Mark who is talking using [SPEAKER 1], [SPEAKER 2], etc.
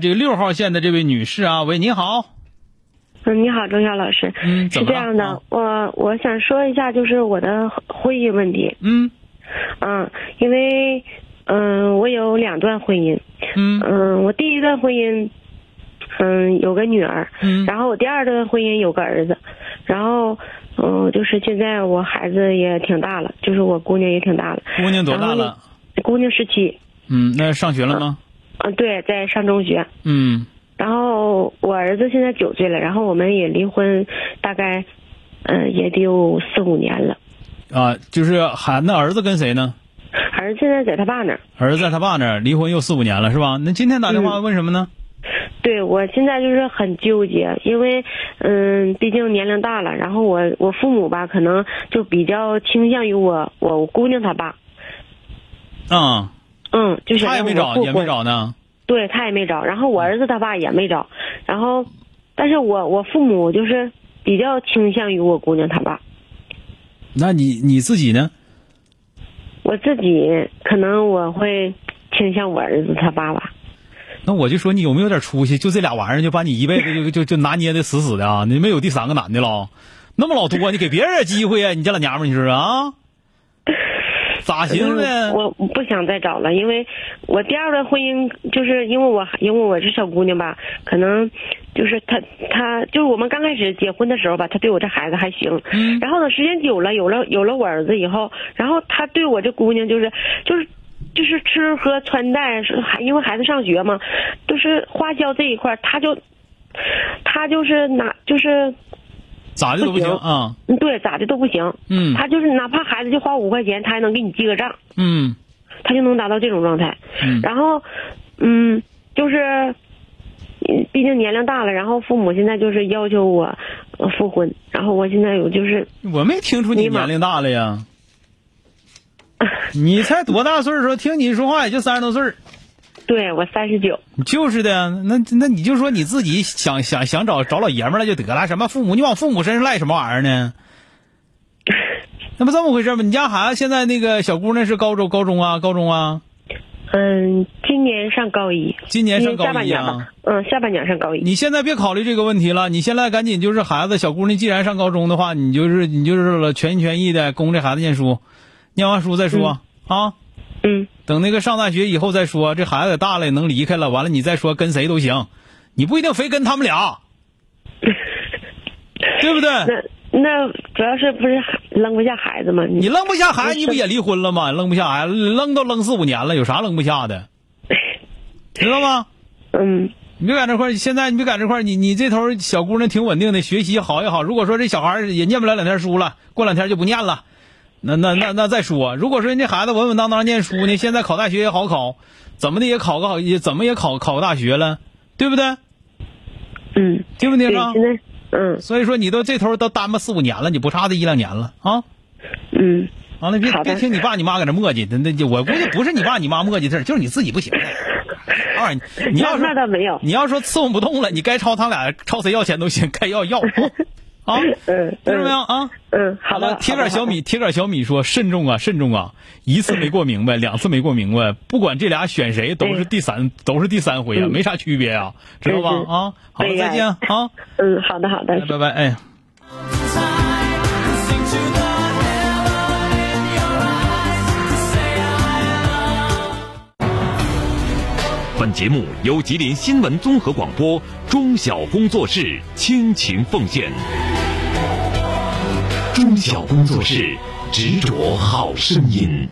[SPEAKER 1] 这个六号线的这位女士啊，喂，你好，
[SPEAKER 2] 嗯，你好，钟晓老师。
[SPEAKER 1] 嗯，
[SPEAKER 2] 是
[SPEAKER 1] 怎么
[SPEAKER 2] 这
[SPEAKER 1] 了
[SPEAKER 2] 样的，
[SPEAKER 1] 啊
[SPEAKER 2] 我我想说一下，就是我的婚姻问题。
[SPEAKER 1] 嗯
[SPEAKER 2] 嗯，因为嗯、我有两段婚姻。
[SPEAKER 1] 嗯
[SPEAKER 2] 嗯，我第一段婚姻，嗯，有个女儿，
[SPEAKER 1] 嗯
[SPEAKER 2] 然后我第二段婚姻有个儿子，然后嗯、就是现在我孩子也挺大了，就是我姑娘也挺大了，
[SPEAKER 1] 姑娘多大
[SPEAKER 2] 然
[SPEAKER 1] 了？
[SPEAKER 2] 姑娘十七，
[SPEAKER 1] 嗯，那上学了吗？
[SPEAKER 2] 嗯，对，在上中学。
[SPEAKER 1] 嗯
[SPEAKER 2] 然后我儿子现在九岁了，然后我们也离婚，大概，嗯、也得有四五年了。
[SPEAKER 1] 啊，就是喊那儿子跟谁呢？
[SPEAKER 2] 儿子现在在他爸那儿。
[SPEAKER 1] 儿子在他爸那儿离婚又四五年了是吧？那今天打电
[SPEAKER 2] 嗯
[SPEAKER 1] 话问什么呢？
[SPEAKER 2] 对我现在就是很纠结，因为，嗯，毕竟年龄大了，然后我我父母吧，可能就比较倾向于我我姑娘她爸，
[SPEAKER 1] 啊、
[SPEAKER 2] 嗯，就想
[SPEAKER 1] 他也
[SPEAKER 2] 让
[SPEAKER 1] 没
[SPEAKER 2] 我
[SPEAKER 1] 找，
[SPEAKER 2] 复
[SPEAKER 1] 也没
[SPEAKER 2] 婚，
[SPEAKER 1] 找呢。
[SPEAKER 2] 对他也没找，然后我儿子他爸也没找，然后，但是我我父母就是比较倾向于我姑娘她爸，
[SPEAKER 1] 那你你自己呢？
[SPEAKER 2] 我自己可能我会倾向我儿子他爸吧。
[SPEAKER 1] 那我就说你有没有点出息？就这俩玩意儿就把你一辈子就就就拿捏的死死的啊！你没有第三个男的了，那么老多，你给别人点机会啊！你这老娘们儿，你说 啊？咋寻思的？
[SPEAKER 2] 我我不想再找了，因为我第二段婚姻就是因为我因为我是小姑娘吧，可能就是她她就是我们刚开始结婚的时候吧，她对我这孩子还行，
[SPEAKER 1] 嗯
[SPEAKER 2] 然后呢时间久了，有了有了我儿子以后，然后她对我这姑娘就是就是。就是吃喝穿戴，是还因为孩子上学嘛，就是花销这一块儿，她就，她就是拿就是，
[SPEAKER 1] 咋的都不行
[SPEAKER 2] 不行
[SPEAKER 1] 啊？
[SPEAKER 2] 对咋的都不行，
[SPEAKER 1] 嗯
[SPEAKER 2] 她就是哪怕孩子就花五块钱，她还能给你记个账，
[SPEAKER 1] 嗯
[SPEAKER 2] 她就能达到这种状态。
[SPEAKER 1] 嗯
[SPEAKER 2] 然后，嗯，就是，嗯毕竟年龄大了，然后父母现在就是要求我呃复婚，然后我现在有就是，
[SPEAKER 1] 我没听出你
[SPEAKER 2] 尼玛
[SPEAKER 1] 年龄大了呀。 你才多大岁数？听你说话也就三十多岁儿
[SPEAKER 2] 对我三十九，
[SPEAKER 1] 就是的，那那你就说你自己想想想找找老爷们儿来就得了，什么父母你往父母身上赖什么玩意儿呢？那不这么回事吗？你家孩子现在那个小姑娘是高中高中啊，高中啊，
[SPEAKER 2] 嗯，今年上高一，
[SPEAKER 1] 今年上
[SPEAKER 2] 下
[SPEAKER 1] 高
[SPEAKER 2] 半
[SPEAKER 1] 一
[SPEAKER 2] 年
[SPEAKER 1] 啊
[SPEAKER 2] 吧。，嗯，下半年上高一，
[SPEAKER 1] 你现在别考虑这个问题了，你现在赶紧就是孩子小姑娘，既然上高中的话，你就是你就是全心全意的供这孩子念书，念完书再说、啊。
[SPEAKER 2] 嗯，
[SPEAKER 1] 等那个上大学以后再说，这孩子大了也能离开了，完了你再说跟谁都行，你不一定非跟他们 俩，对不对？
[SPEAKER 2] 那那主要是不是孩扔不下孩子吗？
[SPEAKER 1] 你
[SPEAKER 2] 你
[SPEAKER 1] 扔不下孩子，
[SPEAKER 2] 嗯
[SPEAKER 1] 你不也离婚了吗？扔不下孩子，扔都扔四五年了，有啥扔不下 的？知道吗？
[SPEAKER 2] 嗯
[SPEAKER 1] 你别赶这块儿，现在你别赶这块儿，你你这头小姑娘挺稳定的，学习好也好。如果说这小孩儿也念不了两天书了，过两天就不念了，那那那那再说。如果说人家孩子稳稳当当念书呢，现在考大学也好考，怎么的也考个好，也怎么也考考个大学了，对不对？
[SPEAKER 2] 嗯，
[SPEAKER 1] 听不听
[SPEAKER 2] 对，
[SPEAKER 1] 着？
[SPEAKER 2] 现在嗯
[SPEAKER 1] 所以说你都这头都耽误四五年了，你不差这一两年了啊！
[SPEAKER 2] 嗯，
[SPEAKER 1] 完了，别
[SPEAKER 2] 好的
[SPEAKER 1] 别听你爸你妈搁这磨叽，那那我估计不是你爸你妈磨叽事儿，就是你自己不行。二，你你要
[SPEAKER 2] 那那
[SPEAKER 1] 说
[SPEAKER 2] 倒没有，
[SPEAKER 1] 你要说伺候不动了，你该抄他俩抄谁要钱都行，该要 要啊，
[SPEAKER 2] 嗯
[SPEAKER 1] 听着没有
[SPEAKER 2] 嗯
[SPEAKER 1] 啊？
[SPEAKER 2] 嗯，好的，
[SPEAKER 1] 了，贴点
[SPEAKER 2] 好的
[SPEAKER 1] 小，米，贴点小米说慎重啊，慎重啊！一次没过明白，两次没过明白，不管这俩选谁，都是第三，都是第三回啊，
[SPEAKER 2] 嗯
[SPEAKER 1] 没啥区别啊，知道吧
[SPEAKER 2] 嗯？嗯
[SPEAKER 1] 啊，好了，
[SPEAKER 2] 对呀
[SPEAKER 1] 再见 啊，
[SPEAKER 2] 好的嗯，好的好的，
[SPEAKER 1] 拜拜，哎。
[SPEAKER 3] 本节目由吉林新闻综合广播中小工作室倾情奉献。中小工作室执着好声音。